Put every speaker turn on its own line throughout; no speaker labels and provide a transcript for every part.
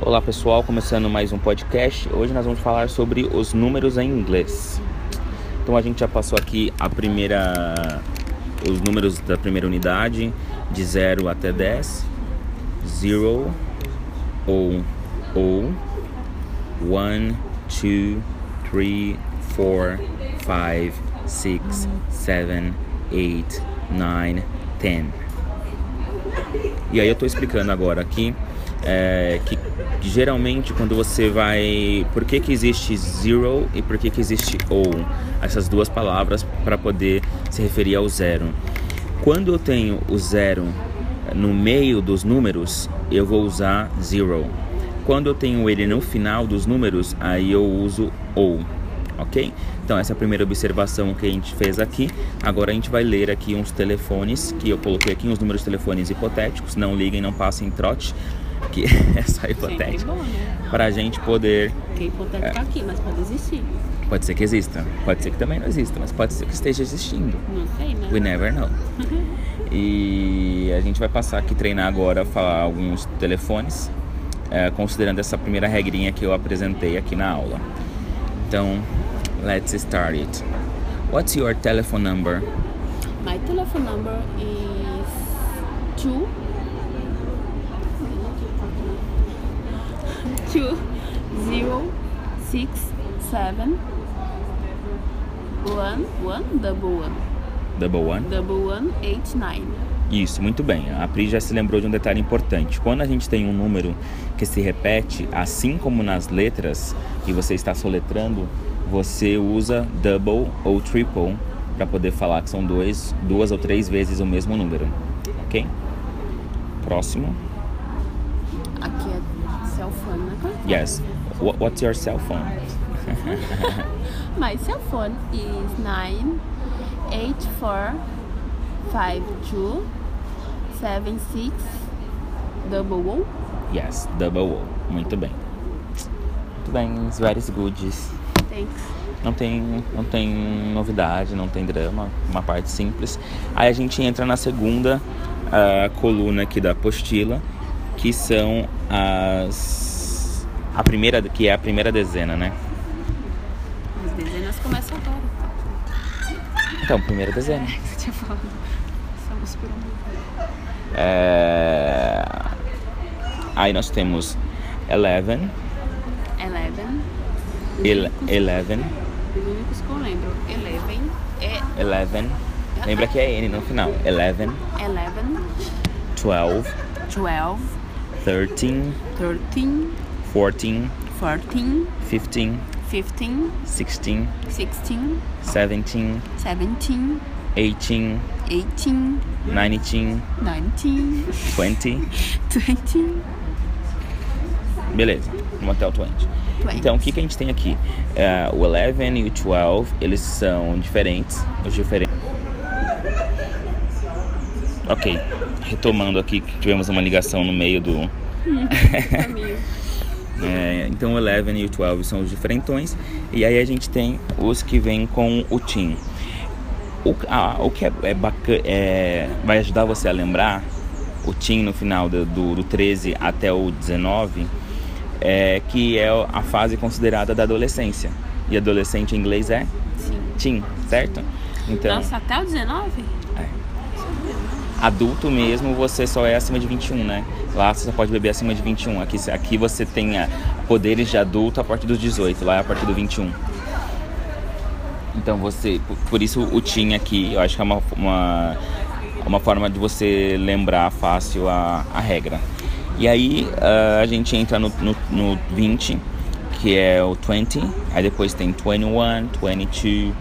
Olá pessoal, começando mais um podcast. Hoje nós vamos falar sobre os números em inglês. Então a gente já passou aqui a primeira os números da primeira unidade de 0 até 10. Zero, ou ou 1 2 3 4 5 6 7 8 9 10. E aí eu tô explicando agora aqui é, que geralmente quando você vai. Por que, que existe zero e por que, que existe ou? Essas duas palavras para poder se referir ao zero. Quando eu tenho o zero no meio dos números, eu vou usar zero. Quando eu tenho ele no final dos números, aí eu uso ou. Ok? Então, essa é a primeira observação que a gente fez aqui. Agora a gente vai ler aqui uns telefones que eu coloquei aqui, uns números de telefones hipotéticos. Não liguem, não passem trote, que é só
Sempre
hipotético.
bom, né?
Para a gente poder
Porque hipotético tá aqui, mas pode existir.
Pode ser que exista, pode ser que também não exista, mas pode ser que esteja existindo.
Não sei, né?
We never know. E a gente vai passar aqui treinar agora, falar alguns telefones, eh, considerando essa primeira regrinha que eu apresentei aqui na aula. Então, let's start it. What's your telephone number?
My telephone number is 2 2 0 6 7 1 1 double 1
Double one.
double 1 8 9
Isso, muito bem. A Pri já se lembrou de um detalhe importante. Quando a gente tem um número que se repete, assim como nas letras e você está soletrando, você usa double ou triple para poder falar que são dois, duas ou três vezes o mesmo número. Ok? Próximo.
Aqui é cell phone, né? Como é que
Yes. Wha- What's your cell phone?
My cell phone is 9 8 4 5 2 7 6 double one.
Yes, double O. Muito bem. Muito bem, it's very good.
Thanks.
não tem, não tem novidade, não tem drama, uma parte simples. Aí a gente entra na segunda ah, coluna aqui da apostila, que são as a primeira que é a primeira dezena, né?
As dezenas começam agora.
Então, primeira dezena.
que você tinha falado. Estamos por um.
É, Aí nós temos 11,
Eleven.
ele- 11,
Os únicos que eu lembro. Eleven. É
11. Lembra que é N no final. 11,
eleven.
12,
Twelve.
13,
Thirteen.
14,
Fourteen.
15,
Fifteen.
16,
Sixteen.
17,
Seventeen.
18,
Eighteen.
19,
Nineteen.
20.
Twenty.
Beleza, no hotel 20.
Twenty.
Então, o que, que a gente tem aqui? É, o 11 e o 12, eles são diferentes. Os diferentes. Ok, retomando aqui, que tivemos uma ligação no meio do.
Caminho.
É, então, o 11 e o 12 são os diferentões. E aí a gente tem os que vêm com o TIM. O, ah, o que é, bacana, é, vai ajudar você a lembrar o TIM no final do, do, do 13 até o 19, é, que é a fase considerada da adolescência. E adolescente em inglês é
Sim.
TIM, certo? Então,
Nossa, até o 19?
adulto mesmo você só é acima de 21, né? Lá você só pode beber acima de 21. Aqui, aqui você tem ah, poderes de adulto a partir dos 18, lá é a partir do 21. Então você, por- por isso o TIM aqui, eu acho que é uma, uma, uma forma de você lembrar fácil a, a regra. E aí ah, a gente entra no, no, no 20, que é o 20, aí depois tem 21, 22,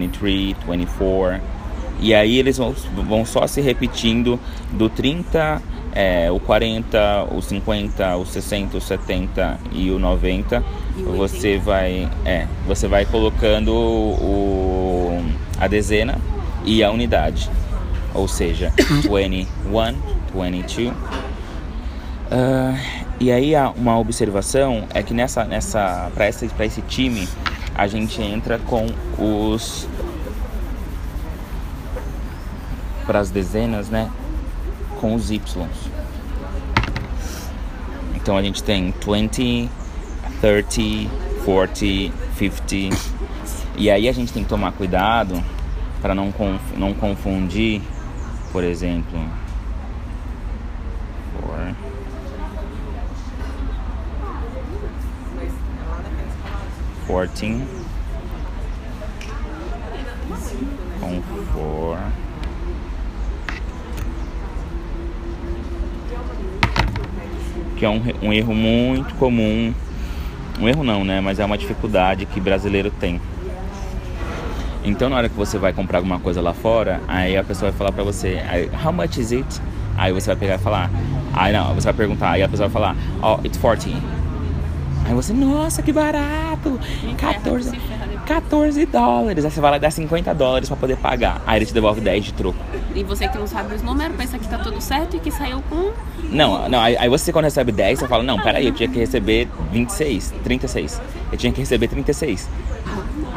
23, 24. E aí eles vão, vão só se repetindo do 30, eh, o 40, o 50, o 60, o 70 e o 90.
E o
você
80.
vai é você vai colocando o, a dezena e a unidade ou seja 21 22 Ah, e aí há uma observação é que nessa nessa para essa para esse time a gente entra com os para as dezenas né com os y Então a gente tem 20, 30, 40, 50. E aí a gente tem que tomar cuidado para não, conf- não confundir, por exemplo. Four. Fourteen. Com four. Que é um, re- um erro muito comum. Um erro não, né? Mas é uma dificuldade que brasileiro tem. Então na hora que você vai comprar alguma coisa lá fora, aí a pessoa vai falar pra você, aí, how much is it? Aí você vai pegar e falar, aí não, você vai perguntar, aí a pessoa vai falar, oh, it's 40. Aí você, nossa, que barato!
Me ferra,
14,
se ferra depois.
14 dólares. Aí você vai lá e dá 50 dólares pra poder pagar. Aí ele te devolve 10 de troco.
E você que não sabe os números, pensa que tá tudo certo e que saiu com.
Não, não, aí, aí você quando recebe 10, você fala, não, peraí, eu tinha que receber 26, 36. Eu tinha que receber 36.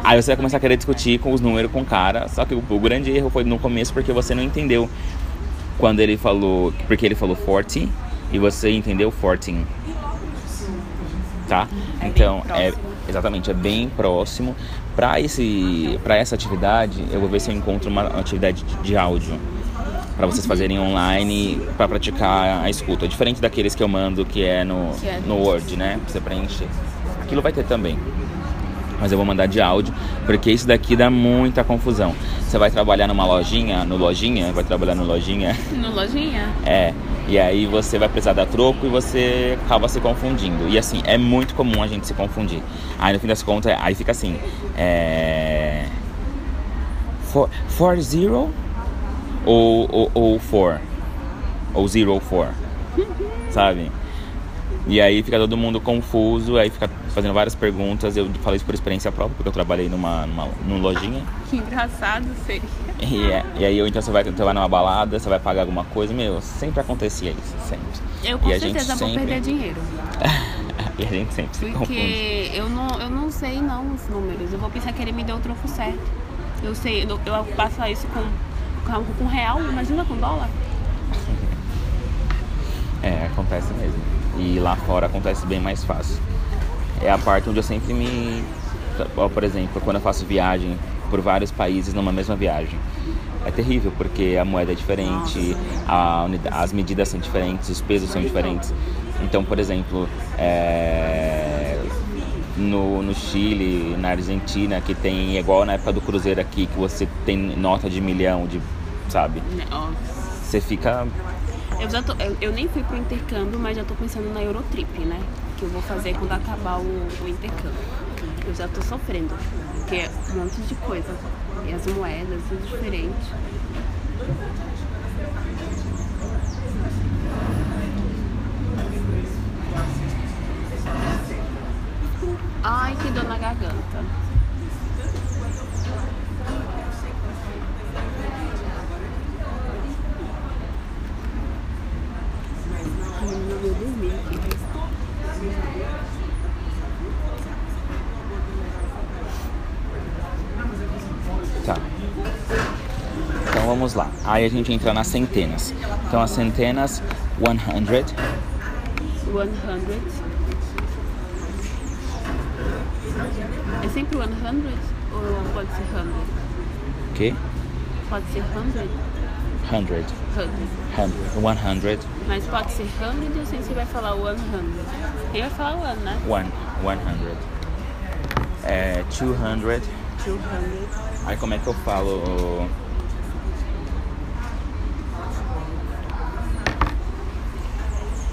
Aí você vai começar a querer discutir com os números com o cara, só que o, o grande erro foi no começo porque você não entendeu quando ele falou, porque ele falou 40 e você entendeu 14. Tá?
bem
então, é
próximo.
exatamente, é bem próximo. Pra esse para essa atividade, eu vou ver se eu encontro uma atividade de, de áudio pra vocês fazerem online pra praticar a escuta, diferente daqueles que eu mando que é no
Que é-
no Word, né? Pra você preencher. Aquilo vai ter também mas eu vou mandar de áudio, porque isso daqui dá muita confusão. Você vai trabalhar numa lojinha, no lojinha, vai trabalhar no lojinha,
No lojinha?
é, e aí você vai precisar dar troco e você acaba se confundindo. E assim, é muito comum a gente se confundir. Aí no fim das contas, aí fica assim, é... For, for zero ou, ou, ou for? Ou zero for, sabe? E aí fica todo mundo confuso, aí fica fazendo várias perguntas. Eu falo isso por experiência própria, porque eu trabalhei numa, numa, numa lojinha.
Que engraçado sei.
E, é- e aí, ou então você vai, você vai numa balada, você vai pagar alguma coisa. Meu, sempre acontecia isso, sempre.
Eu com
E a gente
certeza vou
sempre-
perder dinheiro.
E a gente sempre se confunde.
Porque eu não, eu não sei não os números. Eu vou pensar que ele me deu o troco certo. Eu sei, eu, eu passo isso com, com, com real, imagina com dólar.
É, acontece mesmo. E lá fora acontece bem mais fácil. É a parte onde eu sempre me. ó, Por exemplo, quando eu faço viagem por vários países numa mesma viagem. É terrível porque a moeda é diferente, a unida- as medidas são diferentes, os pesos são diferentes. Então, por exemplo, é, no, no Chile, na Argentina, que tem é igual na época do cruzeiro aqui, que você tem nota de milhão, de sabe?
Né,
Você fica
Eu, já tô, eu, eu nem fui pro intercâmbio, mas já tô pensando na Eurotrip, né? Que eu vou fazer quando acabar o, o intercâmbio. Eu já tô sofrendo, porque é um monte de coisa. E as moedas, tudo diferente. Ai, que dor na garganta. Ai, menina, eu dormi aqui.
Tá. Então vamos lá. Aí a gente entra nas centenas. Então as centenas 100,
100. É sempre 100 ou pode ser 100?
que?
Pode ser 100?
100,
100.
100, 100,
Mas pode ser 100 ou sem você vai falar 100? Ele vai falar 1, né?
1, 100. É, 200.
200.
Aí como é que eu falo?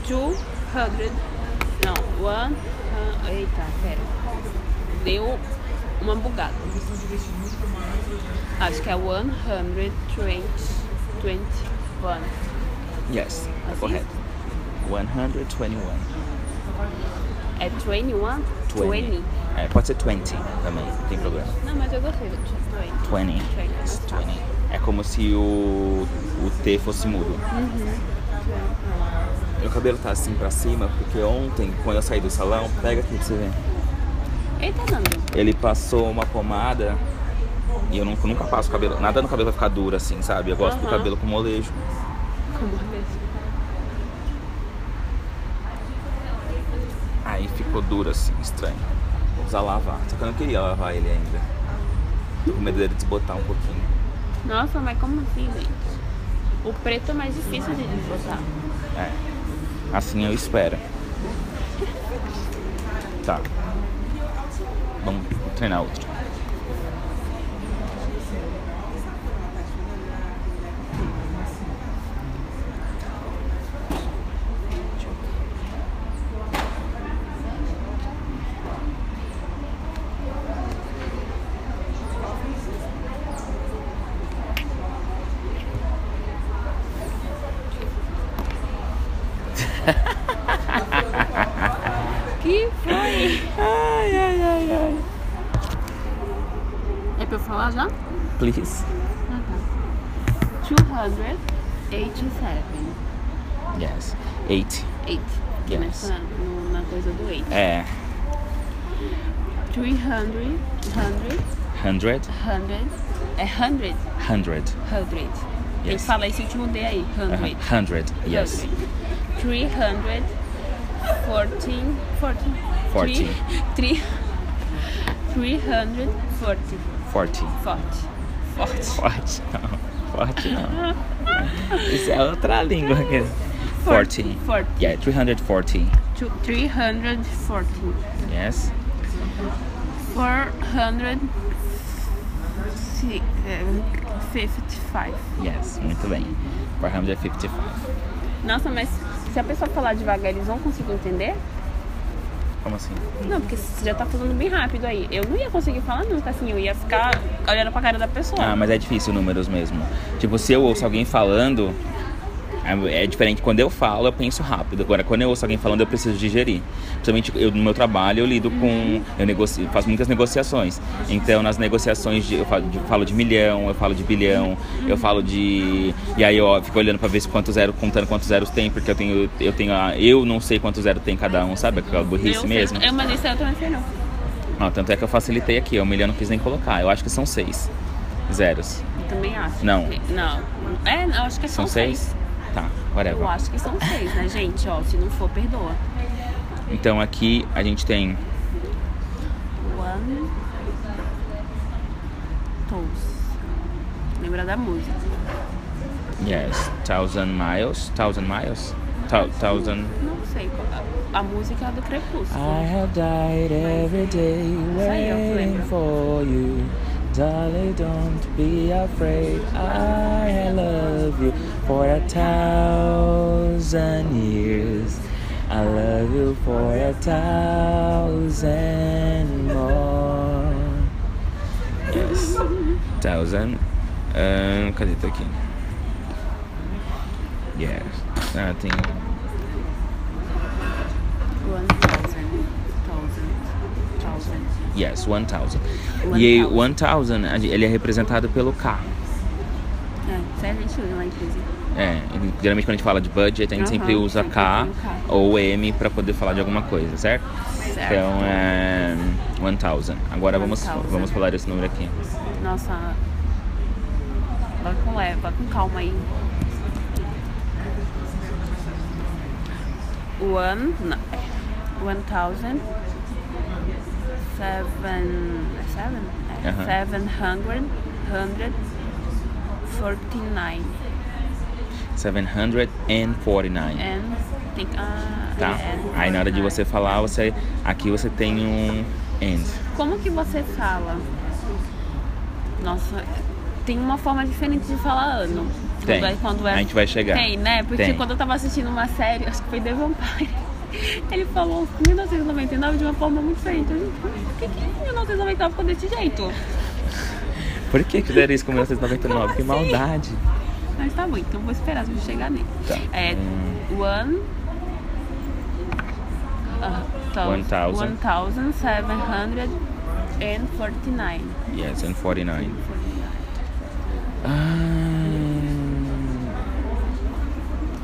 Two hundred. Não, 100. Eita, pera. Deu uma bugada. Acho que é 120. 21.
Yes, é
Assim?
correto. 121.
É 21?
20. É, pode ser 20 também, não tem problema.
Não, mas eu gostei do 20.
20. It's 20. É como se o, o T fosse mudo. Meu cabelo tá assim pra cima, porque ontem, quando eu saí do salão, pega aqui pra você ver.
Eita, Nando.
Ele passou uma pomada e eu nunca, nunca passo o cabelo. Nada no cabelo vai ficar duro assim, sabe? Eu gosto do
Aham.
cabelo com molejo.
Como é mesmo?
ficou duro assim, estranho. Vou precisar lavar. Só que eu não queria lavar ele ainda. Tô com medo dele desbotar um pouquinho.
Nossa, mas como assim, gente? O preto é mais difícil de desbotar.
É. Assim eu espero. Tá. Vamos treinar outro.
Que foi?
Ai, ai, ai, ai.
É pra eu falar já?
Please.
Ah, tá. 287.
Yes. Eight.
8.
Yes.
Começa no- na coisa do 8.
É.
300, 100,
Hundred.
100. É 100,
Hundred.
100. Tem que
Yes.
falar esse último D aí. 100.
Hundred. Yes.
300, 14, 14.
40.
3, 340.
Forty.
Forte. Forte.
Forte não. Forte não. Isso é outra língua. que- Forty.
Forte.
Yeah, 340.
Two- 340.
Yes.
455.
Yes. Muito bem. 455.
Nossa, mas se a pessoa falar devagar, eles vão conseguir entender?
Como assim?
Não, porque você já tá falando bem rápido aí. Eu não ia conseguir falar nunca assim, eu ia ficar olhando pra cara da pessoa.
Ah, mas é difícil números mesmo. Tipo, se eu ouço alguém falando, é é diferente. Quando eu falo, eu penso rápido. Agora, quando eu ouço alguém falando, eu preciso digerir. Principalmente eu, no meu trabalho, eu lido com. Eu negocio, faço muitas negociações. Então, nas negociações, de- eu falo de, falo de milhão, eu falo de bilhão, eu falo de. E aí eu ó, fico olhando pra ver se quanto zero, contando quantos zeros tem, porque eu tenho. Eu, tenho a, eu não sei quantos zeros tem cada um, sabe? Aquela
Eu
burrice
sei-
mesmo.
Eu, mas isso eu também sei não.
Não, tanto é que eu facilitei aqui, eu milhão não quis nem colocar. Eu acho que são seis zeros.
Eu também acho.
Não.
que- Não. É, eu acho que são,
São seis? Tá, whatever.
Eu acho que são seis, né, gente? Ó, se não for, perdoa.
Então aqui a gente tem
One Toes. Lembra da música.
yes, thousand miles, thousand miles, Thou- thousand. Ah, é?
Não sei. qual- A, a música é do Crepúsculo.
I have died every day
aí eu
waiting
lembro.
for you. Darling, don't be afraid. I love you for a thousand years. I love you for a thousand more. Yes. Thousand. Um, Ahn, cadê? Tá aqui. Yes. Ah, tem.
One thousand. Thousand. Thousand.
Yes, 1000.
One
E aí,
thousand.
1000, a gen- ele é representado pelo K.
É, isso aí a gente usa lá, inclusive.
É, e geralmente quando a gente fala de budget, a gente
Aham,
sempre usa
sempre
K
tem o K.
ou M pra poder falar de alguma coisa, certo?
Certo.
Então é 1000. Agora vamos
1000.
vamos falar esse número aqui.
Nossa. Vai com, leve, vai com calma aí. One. Não. One thousand. Seven. é Seven? É,
Aham.
Seven hundred. Hundred. Forty-nine.
749.
And. Tem, ah,
Tá?
é, and
Aí na hora de
49.
você falar, você aqui você tem um end.
Como que você fala? Nossa, tem uma forma diferente de falar ano.
Tem.
Quando é- quando é-
A gente vai chegar.
Tem, né? Porque
Tem.
quando eu tava assistindo uma série, acho que foi The Vampire, ele falou 1999 de uma forma muito diferente. Eu, gente, por que, que 1999 ficou desse jeito?
Por que que fizeram isso com 1999? Que
Como assim?
maldade.
Mas tá bom, então vou esperar a gente chegar nele.
Tá.
É, one... ah, thou-
One thousand.
1749.
Yes, and 49. Ah,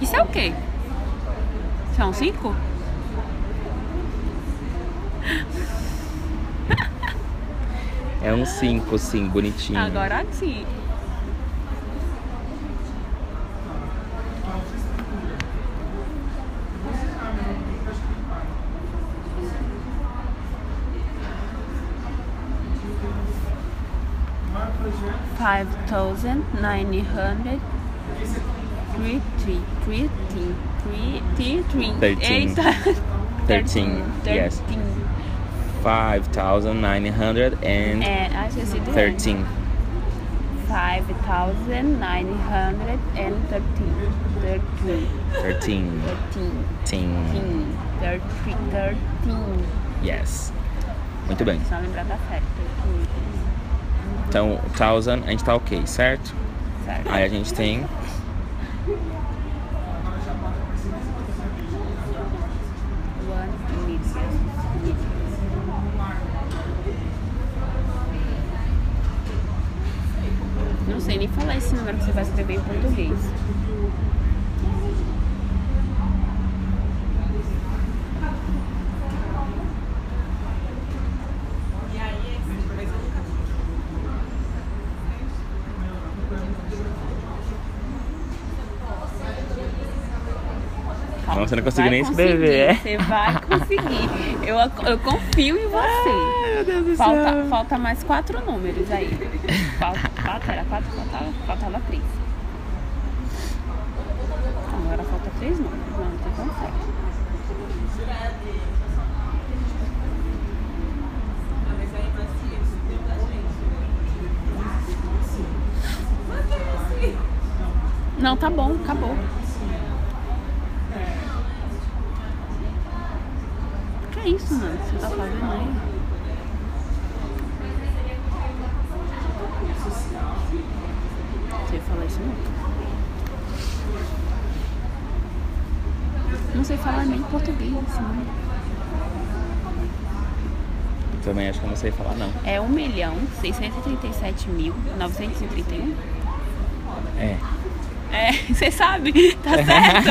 Isso é o quê? São cinco?
é um 5, sim, bonitinho.
Agora sim. 5,900
Thirteen.
13
Thirteen, yes. 5,913.
And Eh, I just said 5,913. 13.
13.
13.
Teen.
13. 13.
Yes. Muito bem.
Só lembrar da festa. 13.
Então, 1,000, a gente tá ok, certo?
Certo.
Aí a gente tem.
One million. Não sei nem falar esse número que você vai escrever em português.
Nossa, eu não
Você
consegui
vai
nem escrever.
conseguir, Você vai conseguir. Eu, ac- eu confio em você.
meu Deus do
Falta, falta mais quatro números aí. Falta, quatro, era quatro, faltava, faltava três. Agora falta três números, não, você consegue. Não, tá bom, acabou. Que isso, mano? Você tá fazendo aí? Você ia falar isso nunca. Não sei falar nem português. Né?
Também acho que eu não sei falar, não.
É 1 milhão 637.931.
É.
É, você sabe, tá certo.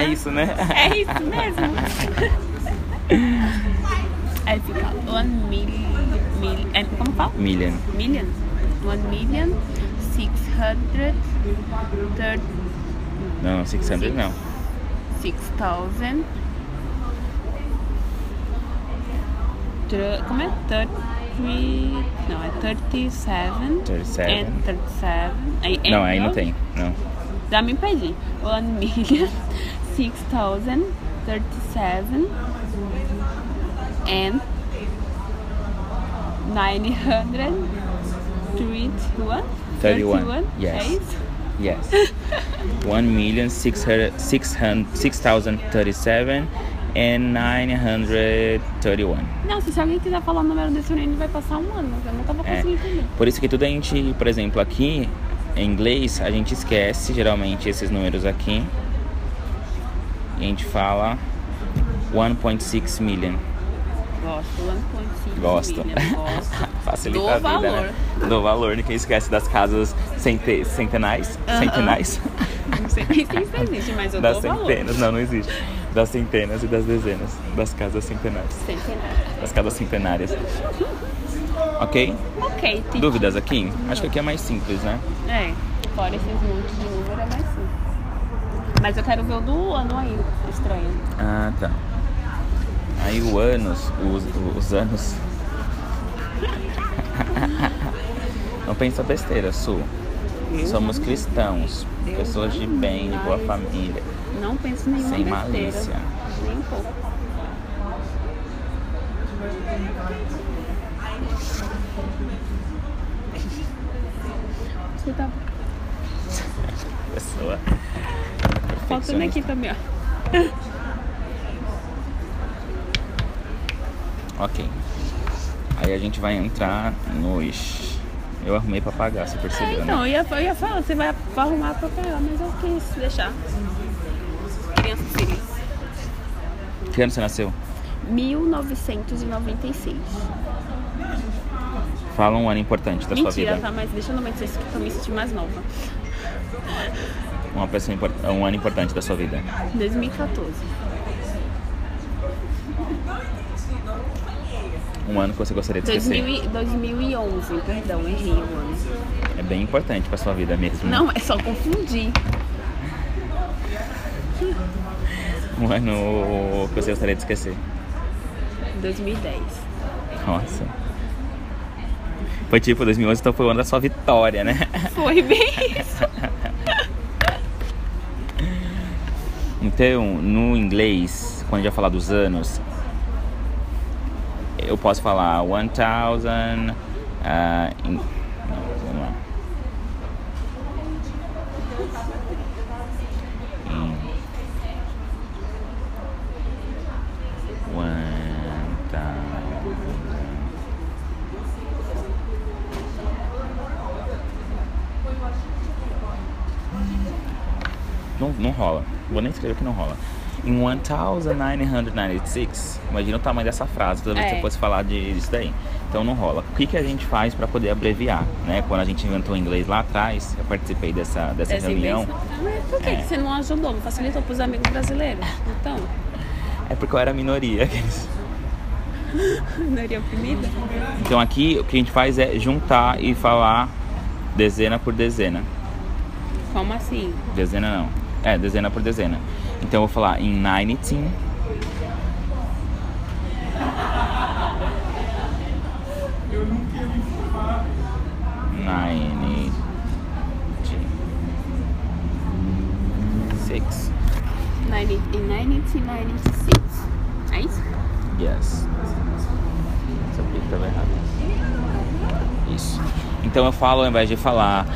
é isso, né?
É isso mesmo. Aí fica 1 mil, mil, é, como fala?
Million.
million. One million six hundred thirty
Não, não, 600 não.
six thousand. Tr- Como é? Thirty. Não, é 37.
37.
And 37. Aí,
Não,
and
aí não
no-
tem. Não.
Já me perdi. One million six thousand thirty-seven and nine hundred three one
Thirty one,
thirty-one, é
yes.
eight.
Yes. 1,637 and 931.
Nossa, se alguém quiser falar o número desse menino, vai passar um ano. Eu nunca vou
É.
conseguir entender.
Por isso que tudo a gente, por exemplo, aqui em inglês, a gente esquece geralmente esses números aqui. E a gente fala 1.6 million.
Gosto, 1.5
Gosto.
million, Gosto.
Facilita
Do
a vida,
valor.
né? Do valor, ninguém esquece das casas cente- centenais.
Aham.
Centenais.
Não sei nem se isso existe, mas eu
das
dou valor.
centenas, não, não existe. Das centenas e das dezenas. Das casas centenárias.
Centenário.
Das casas centenárias. Ok?
Ok, Titi.
Dúvidas aqui? Acho que aqui é mais simples, né?
É, fora esses montes de número é mais sim. Mas eu quero ver o do ano aí, estranho.
Ah, tá. Aí o anos, os, os anos. Não pensa besteira, Su.
Eu
Somos cristãos,
Deus
pessoas de bem, de boa
jamais.
família,
Não penso nenhuma
sem
besteira.
malícia.
Nem um pouco. Você tá
Pessoa.
faltando aqui também, ó.
Ok. Aí a gente vai entrar nos. Eu arrumei pra pagar, você
É,
percebeu,
então,
né?
eu ia, eu ia falar, você vai, vai arrumar pra pegar, mas eu quis deixar. Criança feliz. então.
Que ano você nasceu?
1996.
Fala um ano importante da
Mentira,
sua vida.
tá? Mas deixa eu não dizer isso que eu me senti mais nova.
Uma pessoa import... Um ano importante da sua vida.
2014.
Um ano que você gostaria de esquecer.
2000 e- 2011, perdão, errei o ano.
É bem importante pra sua vida mesmo. né?
Não, é só confundir.
Um ano que você gostaria de esquecer.
2010.
Nossa. Foi tipo 2011, então foi o ano da sua vitória, né?
Foi bem isso.
Então, no inglês, quando a gente vai falar dos anos, eu posso falar 1000. ah, in- não, vamos lá. In- One thousand. Não, não rola. Vou nem escrever que não rola. Em 1996, imagina o tamanho dessa frase toda vez que
É.
você fosse falar de- disso daí. Então não rola. O que, que a gente faz para poder abreviar? Né? Quando a gente inventou o inglês lá atrás, eu participei dessa, dessa
Dessa
reunião.
invenção. Mas por que,
É.
que você não ajudou? Não facilitou pros amigos brasileiros? Então,
É porque eu era minoria.
não iria oprimida?
Então aqui o que a gente faz é juntar e falar dezena por dezena.
Como assim?
Dezena não. É, dezena por dezena. Então eu vou falar em 19. Nine, six,
90 Em 1996. É isso?
yes. Sabia que estava errado. Isso. Então eu falo, ao invés de falar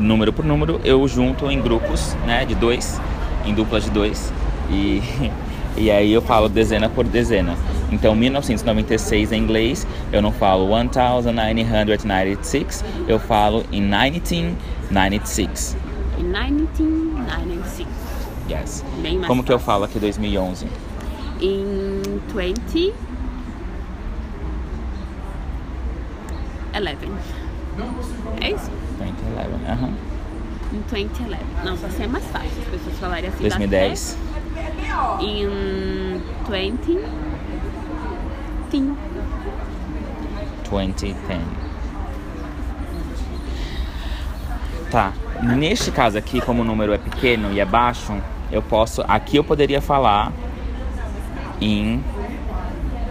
número por número, eu junto em grupos, né, de dois, em duplas de dois, e, e aí eu falo dezena por dezena. Então, 1996 em inglês, eu não falo 1996, eu falo em 1996.
Em 1996.
Yes.
Bem mais
Como que eu
fácil.
falo aqui 2011?
In 20. 11. É isso?
2011, aham.
Em 2011. Não, assim é mais fácil. As pessoas falarem assim. dá
2010.
até Em 20. Sim.
2010. Tá. Neste caso aqui, como o número é pequeno e é baixo, eu posso. Aqui eu poderia falar em 2010.
Então,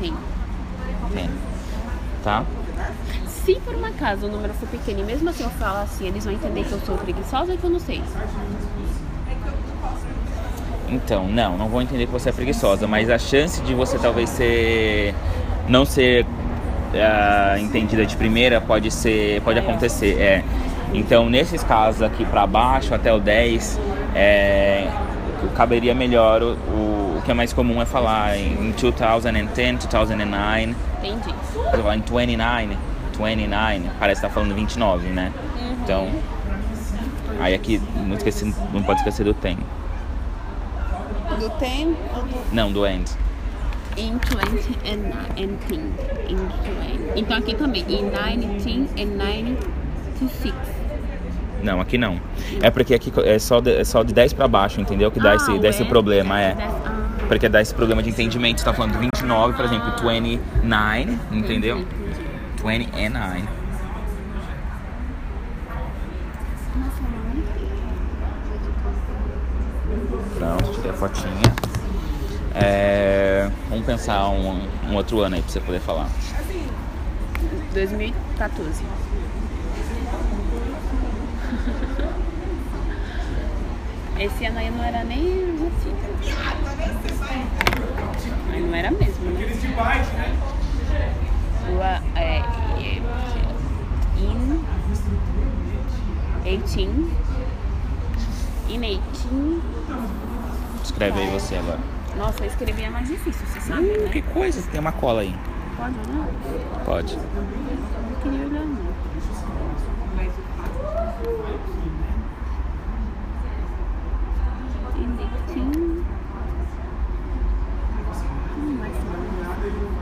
Sim.
Tá?
Se por um acaso o número for pequeno e mesmo assim eu falar assim, eles vão entender que eu sou preguiçosa e que eu não sei.
Então, não, não vou entender que você é preguiçosa, mas a chance de você talvez ser não ser ah, entendida de primeira pode ser, pode
Maior.
acontecer, é. Então, nesses casos aqui pra baixo até o 10, é, caberia melhor o, o- o que é mais comum é falar em 2010, 2009,
Entendi.
você fala em 29, 29, parece que tá falando 29, né? Então, aí aqui não, esqueci, não pode esquecer do tem.
Do tempo
Não, do end.
In 20 and 19. In 20. Então aqui também. In 19 and 96.
Não, aqui não. É porque aqui é só de, é só de 10 pra baixo, entendeu? Que
Ah,
dá, esse, dá esse problema, é. Porque dá esse problema de entendimento. Você tá falando 29, por exemplo, 29, entendeu? 29. Pronto, tirei a fotinha. É, vamos pensar um, um outro ano aí pra você poder falar.
2014. Esse ano aí não era nem nascida. Aí não era mesmo, né? Aqueles de né? é, é, in 18 in 18
Escreve aí você agora.
Nossa, escrever é mais difícil, você sabe, né?
Que coisa, tem uma cola aí.
Pode olhar?
Pode.
Eu não queria olhar, não. Indictinho. Hum, mas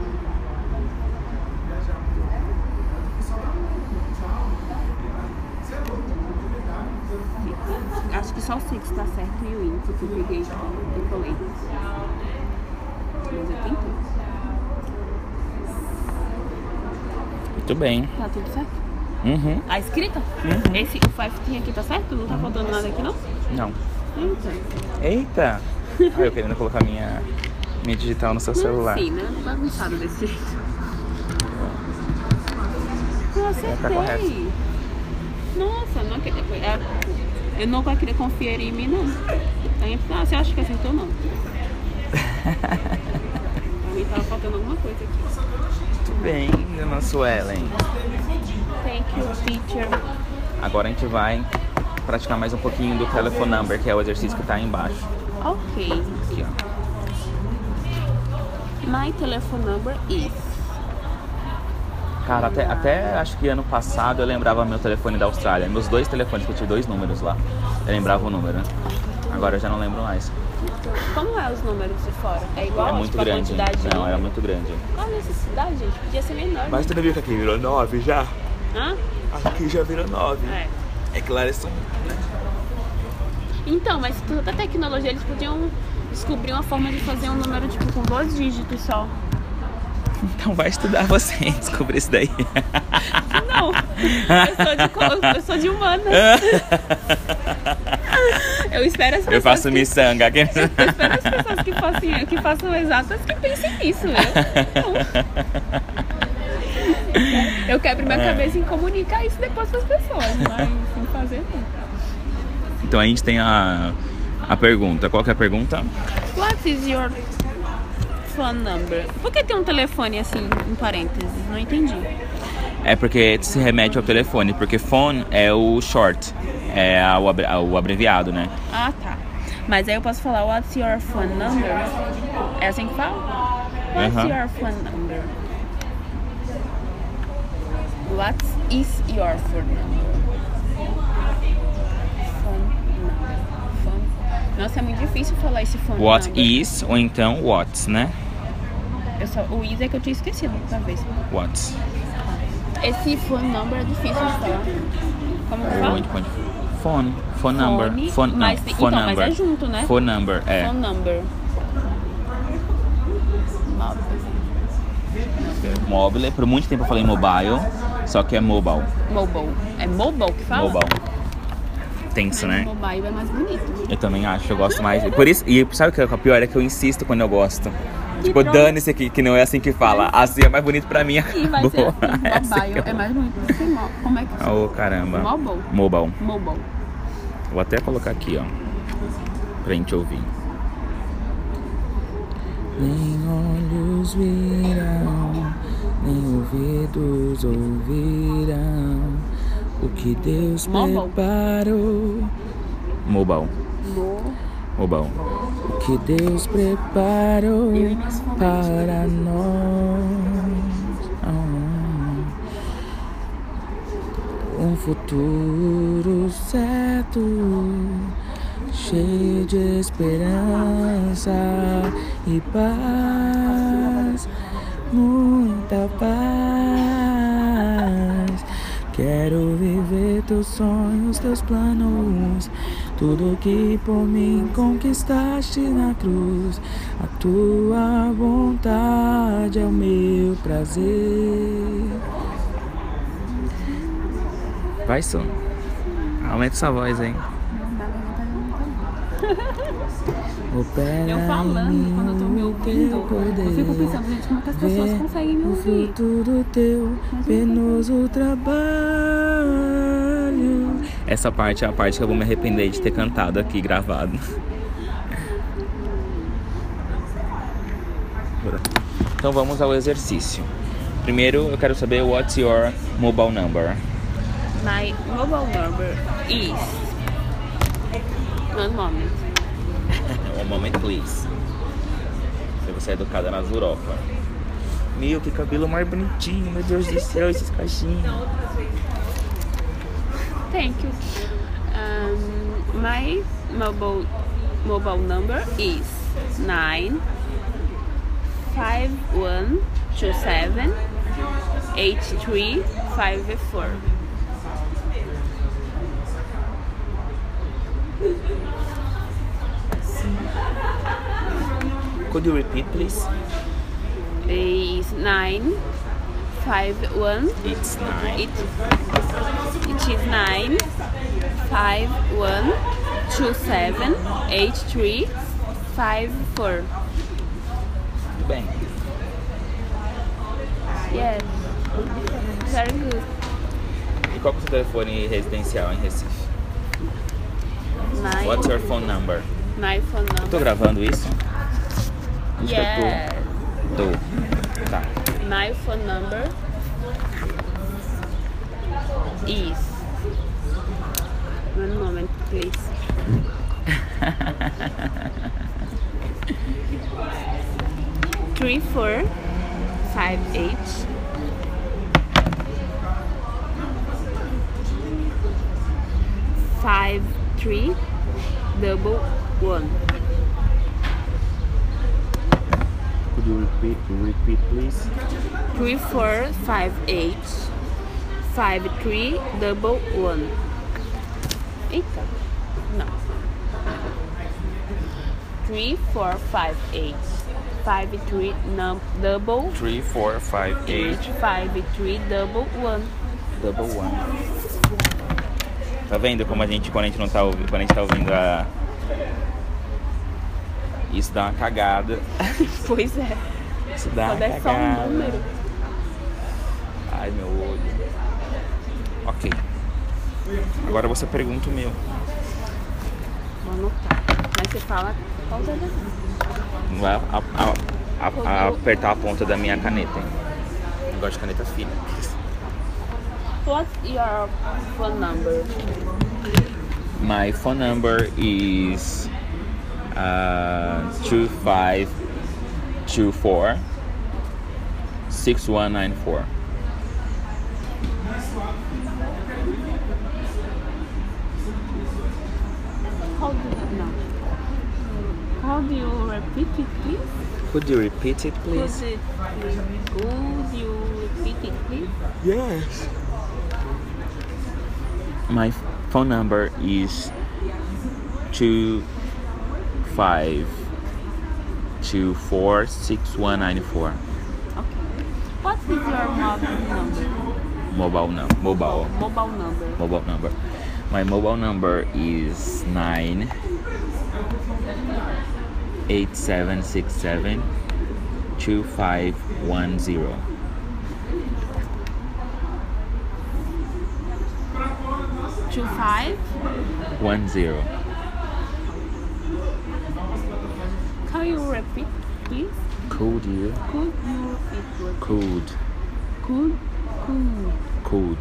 não. Acho que só o six tá certo e o índice que eu peguei e colei. Mas é eu tentei.
Muito bem.
Tá tudo certo?
Uhum.
A escrita? Esse, o 5 aqui tá certo? Não tá faltando nada aqui, não?
Não.
Então,
Eita! Olha eu querendo colocar minha, minha digital no seu celular.
Sim, né? Bagunçado desse jeito. Eu
tá correto.
acertei. Nossa, não acre- é- eu não vai querer confiar em mim, não. Aí, ah, você acha que acertou, não? pra mim tava faltando alguma coisa aqui.
Muito bem, dona Suelen.
Thank you, teacher.
Agora a gente vai praticar mais um pouquinho do telephone number, que é o exercício que tá aí embaixo.
Ok.
Aqui, ó.
My telephone number is...
Cara, até, até acho que ano passado eu lembrava meu telefone da Austrália. Meus dois telefones, que eu tive dois números lá. Eu lembrava o número, né? Agora eu já não lembro mais.
Como é os números de fora? É igual
É muito
tipo, a
grande.
quantidade de
Não, é era
números?
muito grande.
Qual a necessidade, gente? Podia ser menor. né?
Mas tu não viu que aqui virou 9 já?
Hã?
Aqui já virou 9.
É.
É que lá eles são
Então, mas toda a tecnologia eles podiam descobrir uma forma de fazer um número tipo com dois dígitos só.
Então vai estudar você e descobrir isso daí.
Não, eu sou de, co- eu sou de humanas. Eu espero as pessoas.
Eu faço
que,
miçanga. aqui.
Eu espero as pessoas que façam, que façam exatas que pensem nisso. Eu, não. eu quebro minha
É.
cabeça em comunicar isso depois para as pessoas, mas sem fazer não.
Então a gente tem a, a pergunta. Qual que é a pergunta?
What is your phone number? Por que tem um telefone assim, em parênteses? Não entendi.
É porque se remete ao telefone, porque phone é o short, é a- o, abre- a- o abreviado, né?
Ah, tá. Mas aí eu posso falar What's your phone number? É assim que fala? What's
Aham.
your phone number? What is your phone number? Phone number. Phone. Nossa, é muito difícil falar esse phone
What
number.
is ou então what, né?
Eu só, o is é que eu tinha esquecido outra vez.
What.
Esse phone number é difícil de falar. Como que fala?
Onde- onde- Phone, phone number,
Fone,
phone, não,
mas-
phone
então, mas
number.
é junto, né?
Phone number, é.
Phone number.
Mobile, por muito tempo eu falei mobile, só que é mobile,
Mobile. É mobile que fala?
mobile. Tenso, né?
Mobile é mais bonito.
Eu também acho, eu gosto mais. Por isso, e sabe o que é o pior? É que eu insisto quando eu gosto. Tipo,
Então-
dane-se que, que não é assim que fala. Assim é mais bonito pra mim.
E vai ser
acabou.
assim,
É assim
mobile
que eu-
é mais bonito do que mo- Como é que fala?
Ô, caramba.
Mobile?
Mobile.
Mobile.
Vou até colocar aqui, ó. Pra gente ouvir. Nem olhos virão, nem ouvidos ouvirão o que Deus
Mobile.
preparou. Mobile.
Mo-
Mobile. O que Deus preparou
Eu e minhas fontes.
para nós. Ah, Um futuro certo, cheio de esperança e paz, muita paz. Quero viver teus sonhos, teus planos, tudo que por mim conquistaste na cruz. A tua vontade é o meu prazer. Vai, som. Aumenta sua voz, hein?
Eu falando, quando eu tô me ouvindo, eu fico pensando, gente, como é que as pessoas conseguem me
O
ouvir?
futuro teu penoso trabalho. Essa parte é a parte que eu vou me arrepender de ter cantado aqui gravado. Então vamos ao exercício. Primeiro eu quero saber what's your mobile number.
My mobile number is. One moment.
One moment, please. Se um você é educada nas Europa. Meu, que cabelo mais bonitinho, meu Deus do céu, esses caixinhos.
Thank you. Um, my mobile mobile number is nine five one two seven eight three five four.
Could you repeat, please?
Is nine five one.
It's nine.
It it is nine five one two seven eight three five four.
Tudo bem.
Yes. Very good.
E qual que é o seu telefone residencial em Recife?
My,
What's your phone number?
my phone
Tô
number.
gravando isso? Acho que eu tô-
Yes.
Tô. Tá.
My phone number is. One moment, please. Three four five eight five three double one.
Could you repeat, repeat please?
Three four five eight five three double one. Eita, não. Three four five eight five three num double
3, 4, 5,
eight
8,
five three double one.
double one. Tá vendo como a gente, quando a gente não tá ouvindo, quando a gente tá ouvindo a... Isso dá uma cagada.
pois é,
Isso dá
quando
uma
é só
cagada.
um número.
Ai, meu olho. Ok. Agora você pergunta o meu.
Vou anotar. Mas você fala qual é a-
Não vai a- a- a- a- apertar a ponta da minha caneta, hein? Eu gosto de caneta fina.
What's your phone number?
My phone number is uh, 2524 6194.
How do you know? How do you repeat it, please?
Could you repeat it,
Could it could you repeat it, please?
Yes. My phone number is 2524 6194.
Okay. What is your
Mobile,
mobile number?
no, mobile.
Mobile number.
mobile number. My mobile number is nine eight seven six seven two five one zero.
Two five.
One zero.
Can you repeat, please?
Could you?
Could you repeat?
Could.
Could could
Could.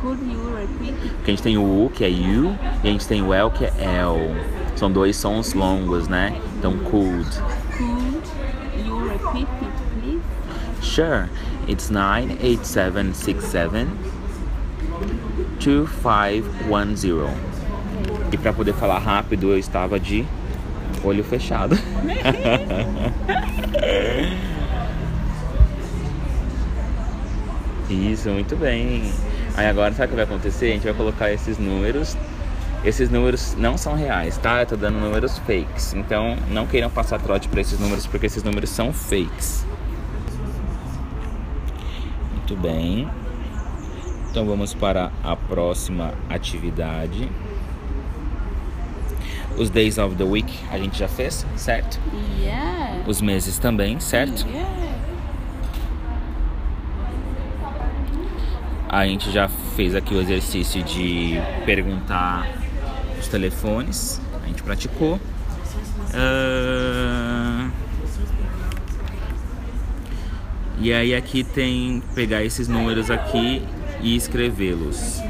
could you repeat? it?
Porque a gente tem o U que é you e a gente tem o L que é L. São dois sons longos, né? Então could.
Could you repeat it, please?
Sure. It's nine eight seven six seven two five one zero. E pra poder falar rápido, eu estava de olho fechado. Isso, muito bem. Aí agora sabe o que vai acontecer? A gente vai colocar esses números. Esses números não são reais, tá? Eu tô dando números fakes. Então não queiram passar trote pra esses números, porque esses números são fakes. Muito bem. Então vamos para a próxima atividade. Os days of the week a gente já fez, certo?
Yeah.
Os meses também, certo?
Yeah.
A gente já fez aqui o exercício de perguntar os telefones. A gente praticou. Ah, E aí aqui tem pegar esses números aqui e escrevê-los.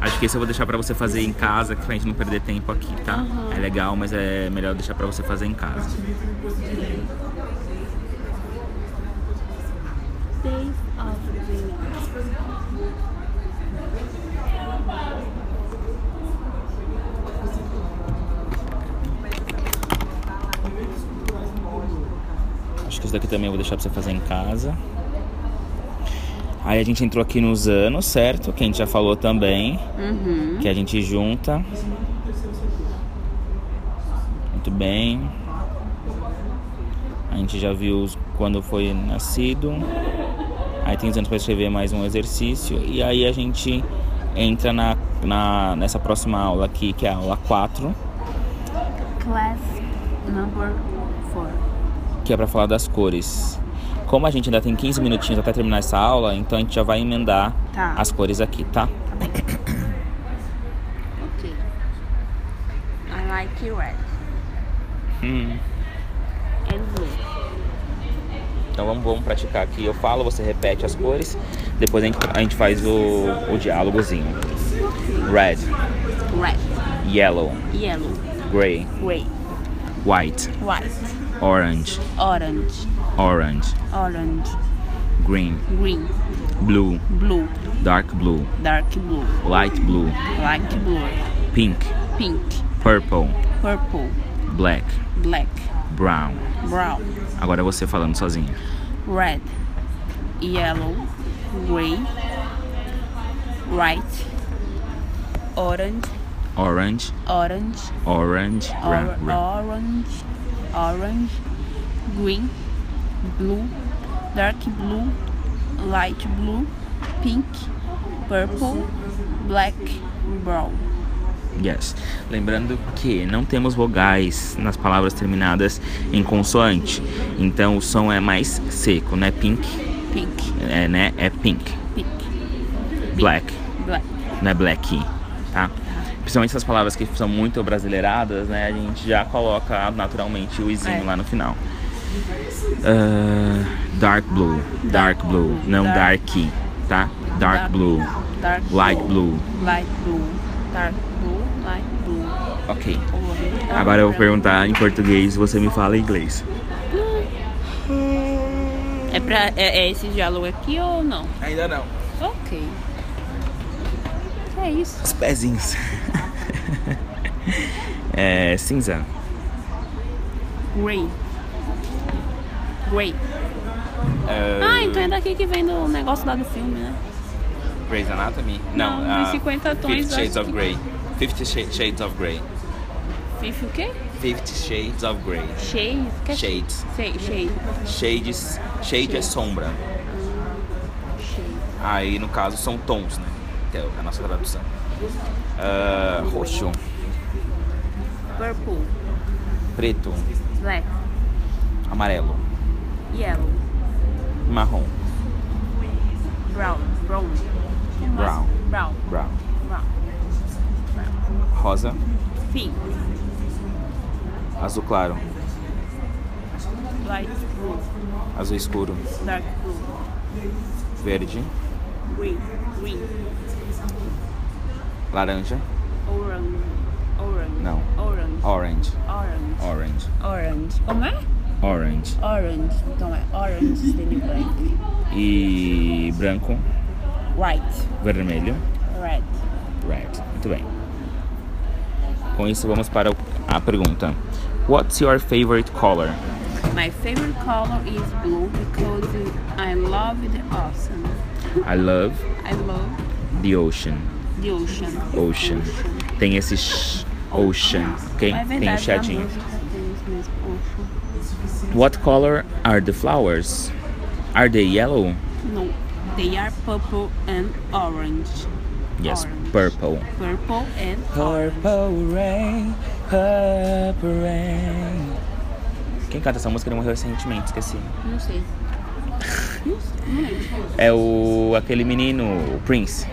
Acho que esse eu vou deixar pra você fazer em casa, pra gente não perder tempo aqui, tá? É legal, mas é melhor deixar pra você fazer em casa.
Days of the week.
Acho que isso daqui também eu vou deixar pra você fazer em casa. Aí a gente entrou aqui nos anos, certo? Que a gente já falou também.
Uhum.
Que a gente junta. Muito bem. A gente já viu os- quando foi nascido. Aí tem os anos pra escrever mais um exercício. E aí a gente entra na, na, nessa próxima aula aqui, que é a aula 4,
Class number 4.
que é para falar das cores. Como a gente ainda tem 15 minutinhos até terminar essa aula, então a gente já vai emendar
Tá.
as cores aqui, tá?
Okay. I like red
Hum.
and blue.
Então vamos, vamos praticar aqui. Eu falo, você repete as cores, depois a gente, a gente faz o, o diálogozinho. Red,
Red,
yellow,
yellow,
gray,
gray,
white,
white,
orange,
orange,
orange,
orange,
green,
green,
blue,
blue,
dark blue,
dark blue,
light blue,
light blue,
pink,
pink,
purple,
purple,
black,
black,
brown.
brown,
Agora é você falando sozinha.
red, yellow, gray, white, orange,
Orange,
orange,
orange,
or-
ra- ra-
orange, orange, green, blue, dark blue, light blue, pink, purple, black, brown.
Yes. Lembrando que não temos vogais nas palavras terminadas em consoante. Então o som é mais seco, né? Pink,
Pink,
é, né? É pink.
pink,
Black,
black.
não é black, tá? Principalmente essas palavras que são muito brasileiradas, né? A gente já coloca naturalmente o izinho
É.
lá no final. Ah, dark blue, dark blue, não
Dark.
dark, tá? Dark blue,
dark
light blue.
light blue, dark blue, light blue.
Ok.
orange.
Agora eu vou perguntar em português, você me fala em inglês.
É, pra, é, é esse diálogo aqui ou não?
Ainda não.
Ok. É isso.
Os pezinhos. é, cinza,
Green. Grey. Ah, então é daqui que vem do negócio lá do filme, né?
Grey's Anatomy? é
Não, Não, dos ah, 50 tons, Fifty acho Shades of que- tá. Grey.
50 Shades of Grey.
Fifi o quê?
50 Shades of Grey.
Shade. Que é
Shades.
Shade. Shade.
Shades. Shade é sombra.
Shade.
Aí no caso são tons, né? Que é a nossa tradução. Ah, roxo,
Purple.
preto,
Black.
amarelo,
Yellow.
marrom,
Brown. Brown.
brown,
Brown.
brown,
Brown.
rosa,
Pink.
azul claro,
Light blue.
azul escuro,
Dark blue.
verde,
Green. Green.
laranja,
Orange. Orange.
Não.
Orange.
orange,
Orange.
orange,
Orange. Como é?
orange
Orange. Então é orange, then black.
e branco,
White.
vermelho,
Red.
red. Muito bem. Com isso vamos para o- a pergunta. What's your favorite color?
My favorite color is blue because I love the ocean.
I love
I love
the ocean.
the ocean.
Ocean. Tem esse sh- ocean, ok?
É verdade,
Tem o
na
shadinho.
música tem isso mesmo, ocean.
What color are the flowers? Are they yellow?
No, they are purple and orange.
Yes,
Orange.
purple.
Purple and orange.
Purple rain, purple rain. Quem canta essa música ele morreu recentemente, esqueci.
Não sei. Não sei, não lembro.
É o aquele menino, o Prince.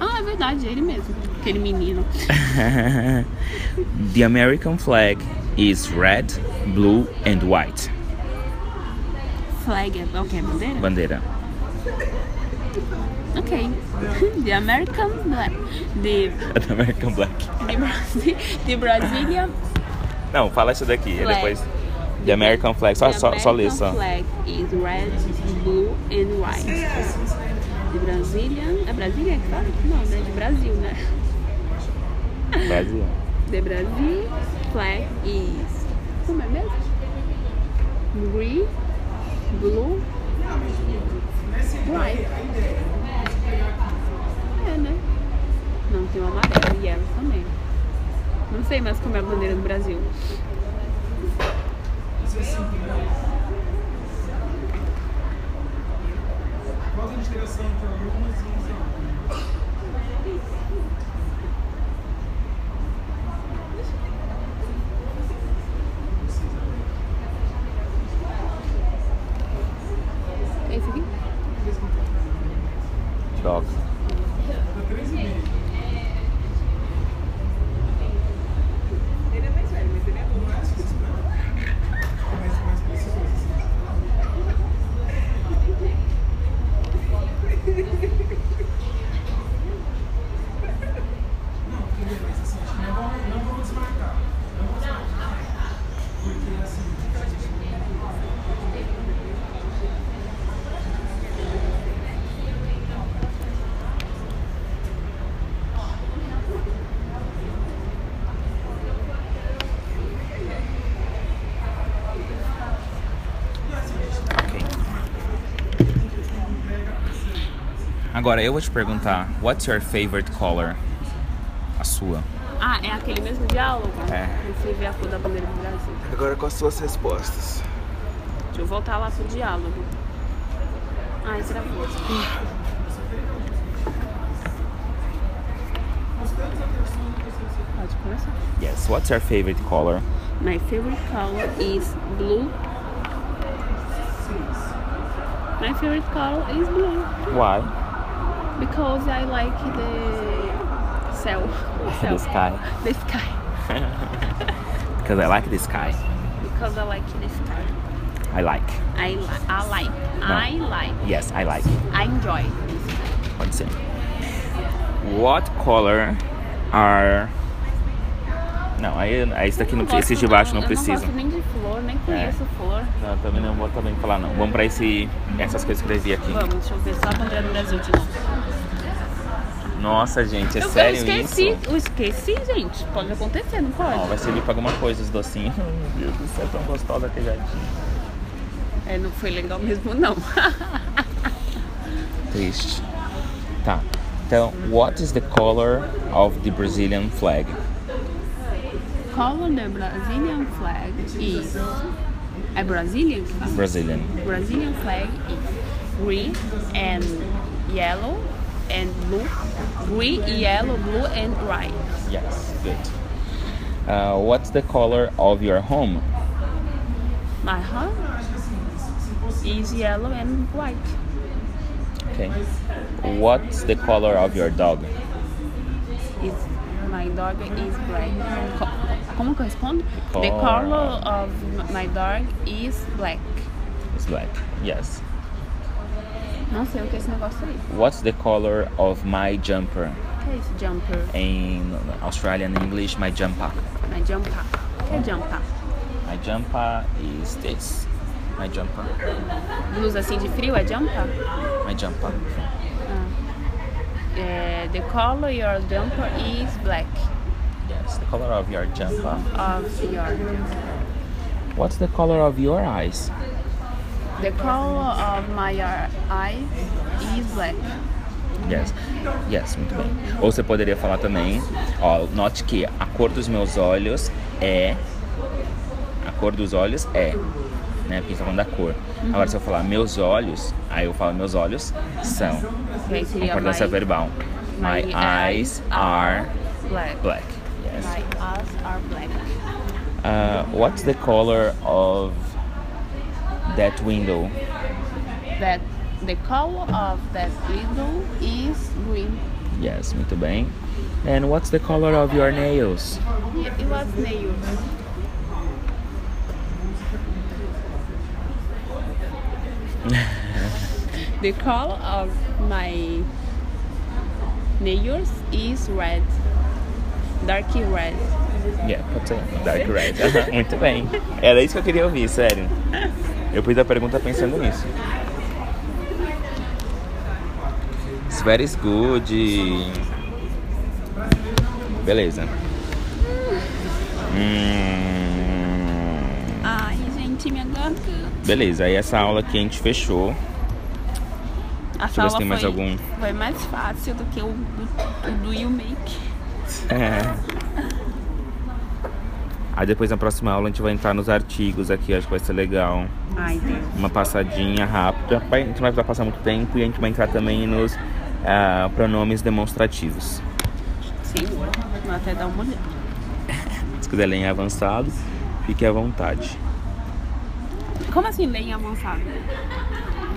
Ah, é verdade, ele mesmo. Aquele menino.
the American flag is red, blue and white.
Flag, é- ok, bandeira?
Bandeira.
Ok. The American black. The,
The American black.
the, Brasi- the Brazilian
Não, fala isso daqui,
Flag.
é depois. The American flag, só,
The
Tá, só, só lê
American
só.
flag is red, blue and white. The Brazilian... É Brasília que fala? Não, né? De Brasil, né?
Brasil.
The Brazil flag is... Como é mesmo? Green, blue, white. É, né? Não, tem o amarelo e yellow também. Não sei mais como é a bandeira do Brasil.
Ok. Agora eu vou te perguntar, what's your favorite color? A sua.
Ah, é aquele mesmo diálogo?
É.
Quando Você vê a cor da bandeira do Brasil.
Agora com as suas respostas.
Deixa eu voltar lá pro diálogo. Ah, esse era boa. Pode começar.
Yes, what's your favorite color?
My favorite color is blue. My favorite color is blue
Why?
because I like the cell. Então.
The sky.
The sky.
Because I like the sky.
Because I like the sky.
I like.
I, li- I like. I like.
Yes, I like.
I enjoy.
Pode ser. What color are. Não, aí, aí isso daqui não,
gosto-
esse de baixo não
eu
precisa. É.
Eu não gosto nem de flor, nem conheço flor.
Não, eu também não vou também falar não. Vamos pra esse, essas coisas que eu escrevi aqui.
Vamos, deixa eu ver só a bandeira do Brasil de novo.
Nossa, gente, é
eu,
sério
eu esqueci,
isso?
eu esqueci, gente. Pode acontecer, não pode?
Não, vai servir pra alguma coisa os docinhos. Meu Deus do céu, tão gostosa que já tinha.
É, não foi legal mesmo, não.
Triste. Tá. Então, what is the color of the Brazilian flag?
Color the Brazilian flag is a Brazilian flag.
Brazilian.
Brazilian flag is green and yellow and blue. Green, yellow, blue and white.
Yes, good. Uh, what's the color of your home?
My home is yellow and white.
Okay. What's the color of your dog?
Is my dog is black. Co- Como que eu respondo?
The
The
color.
color of m- my dog is black.
It's black. Yes.
Não sei o que é esse negócio aí.
What's the color of my jumper?
O que é esse jumper?
In Australian English, my jumper.
My jumper. O que é jumper?
My jumper is this. My jumper.
Blusa assim de frio é jumper?
My jumper.
É, the color your jumper is black
Yes, the color of your jumper.
of your jumper.
What's the color of your eyes?
The color of my eyes is black.
Yes. Yes, muito bem. Ou você poderia falar também, ó, note que a cor dos meus olhos é. A cor dos olhos é. Né? Porque tá falando da cor. Agora se eu falar meus olhos, aí eu falo meus olhos são.
Que aí seria
Concordância
my-
verbal. My, eyes are
black.
black. Yes.
My eyes are black.
Uh, what's the color of that window?
That the color of that window is green.
Yes, muito bem. And what's the color of your nails?
It it was nails. the color of my nails is red, darky red.
Yeah, pode ser. Dark red. Aham, muito bem. Tá Era isso que eu queria ouvir, sério. Eu fiz a pergunta pensando nisso. It's very good. Beleza. Hum.
Ai, gente, minha garganta.
Beleza, aí essa aula que a gente fechou.
A
Deixa eu ver se
sala
tem mais
foi,
algum.
foi mais fácil do que o do, o do You Make.
É. Aí depois na próxima aula a gente vai entrar nos artigos aqui, acho que vai ser legal.
Ai, Deus.
uma passadinha rápida. Vai- A gente não vai precisar passar muito tempo e a gente vai entrar também nos ah, pronomes demonstrativos.
Senhor, vou até dar uma olhada.
Se quiser ler em avançado, fique à vontade.
Como assim lei avançada?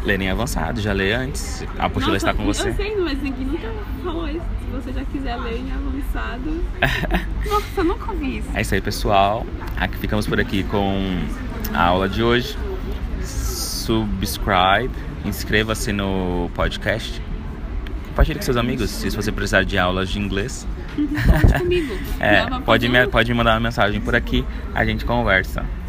Lerem avançado, já lê antes. A apostila
Nossa,
está com você.
Eu sei, mas ninguém nunca falou isso. Se você já quiser ler em avançado. Nossa, eu nunca ouvi isso.
É isso aí, pessoal. Aqui ficamos por aqui com a aula de hoje. Subscribe, inscreva-se no podcast. Compartilhe com seus amigos se você precisar de aulas de inglês.
Conte comigo.
É,
Dava pra
pode, me,
fazer.
pode me mandar uma mensagem por aqui, a gente conversa.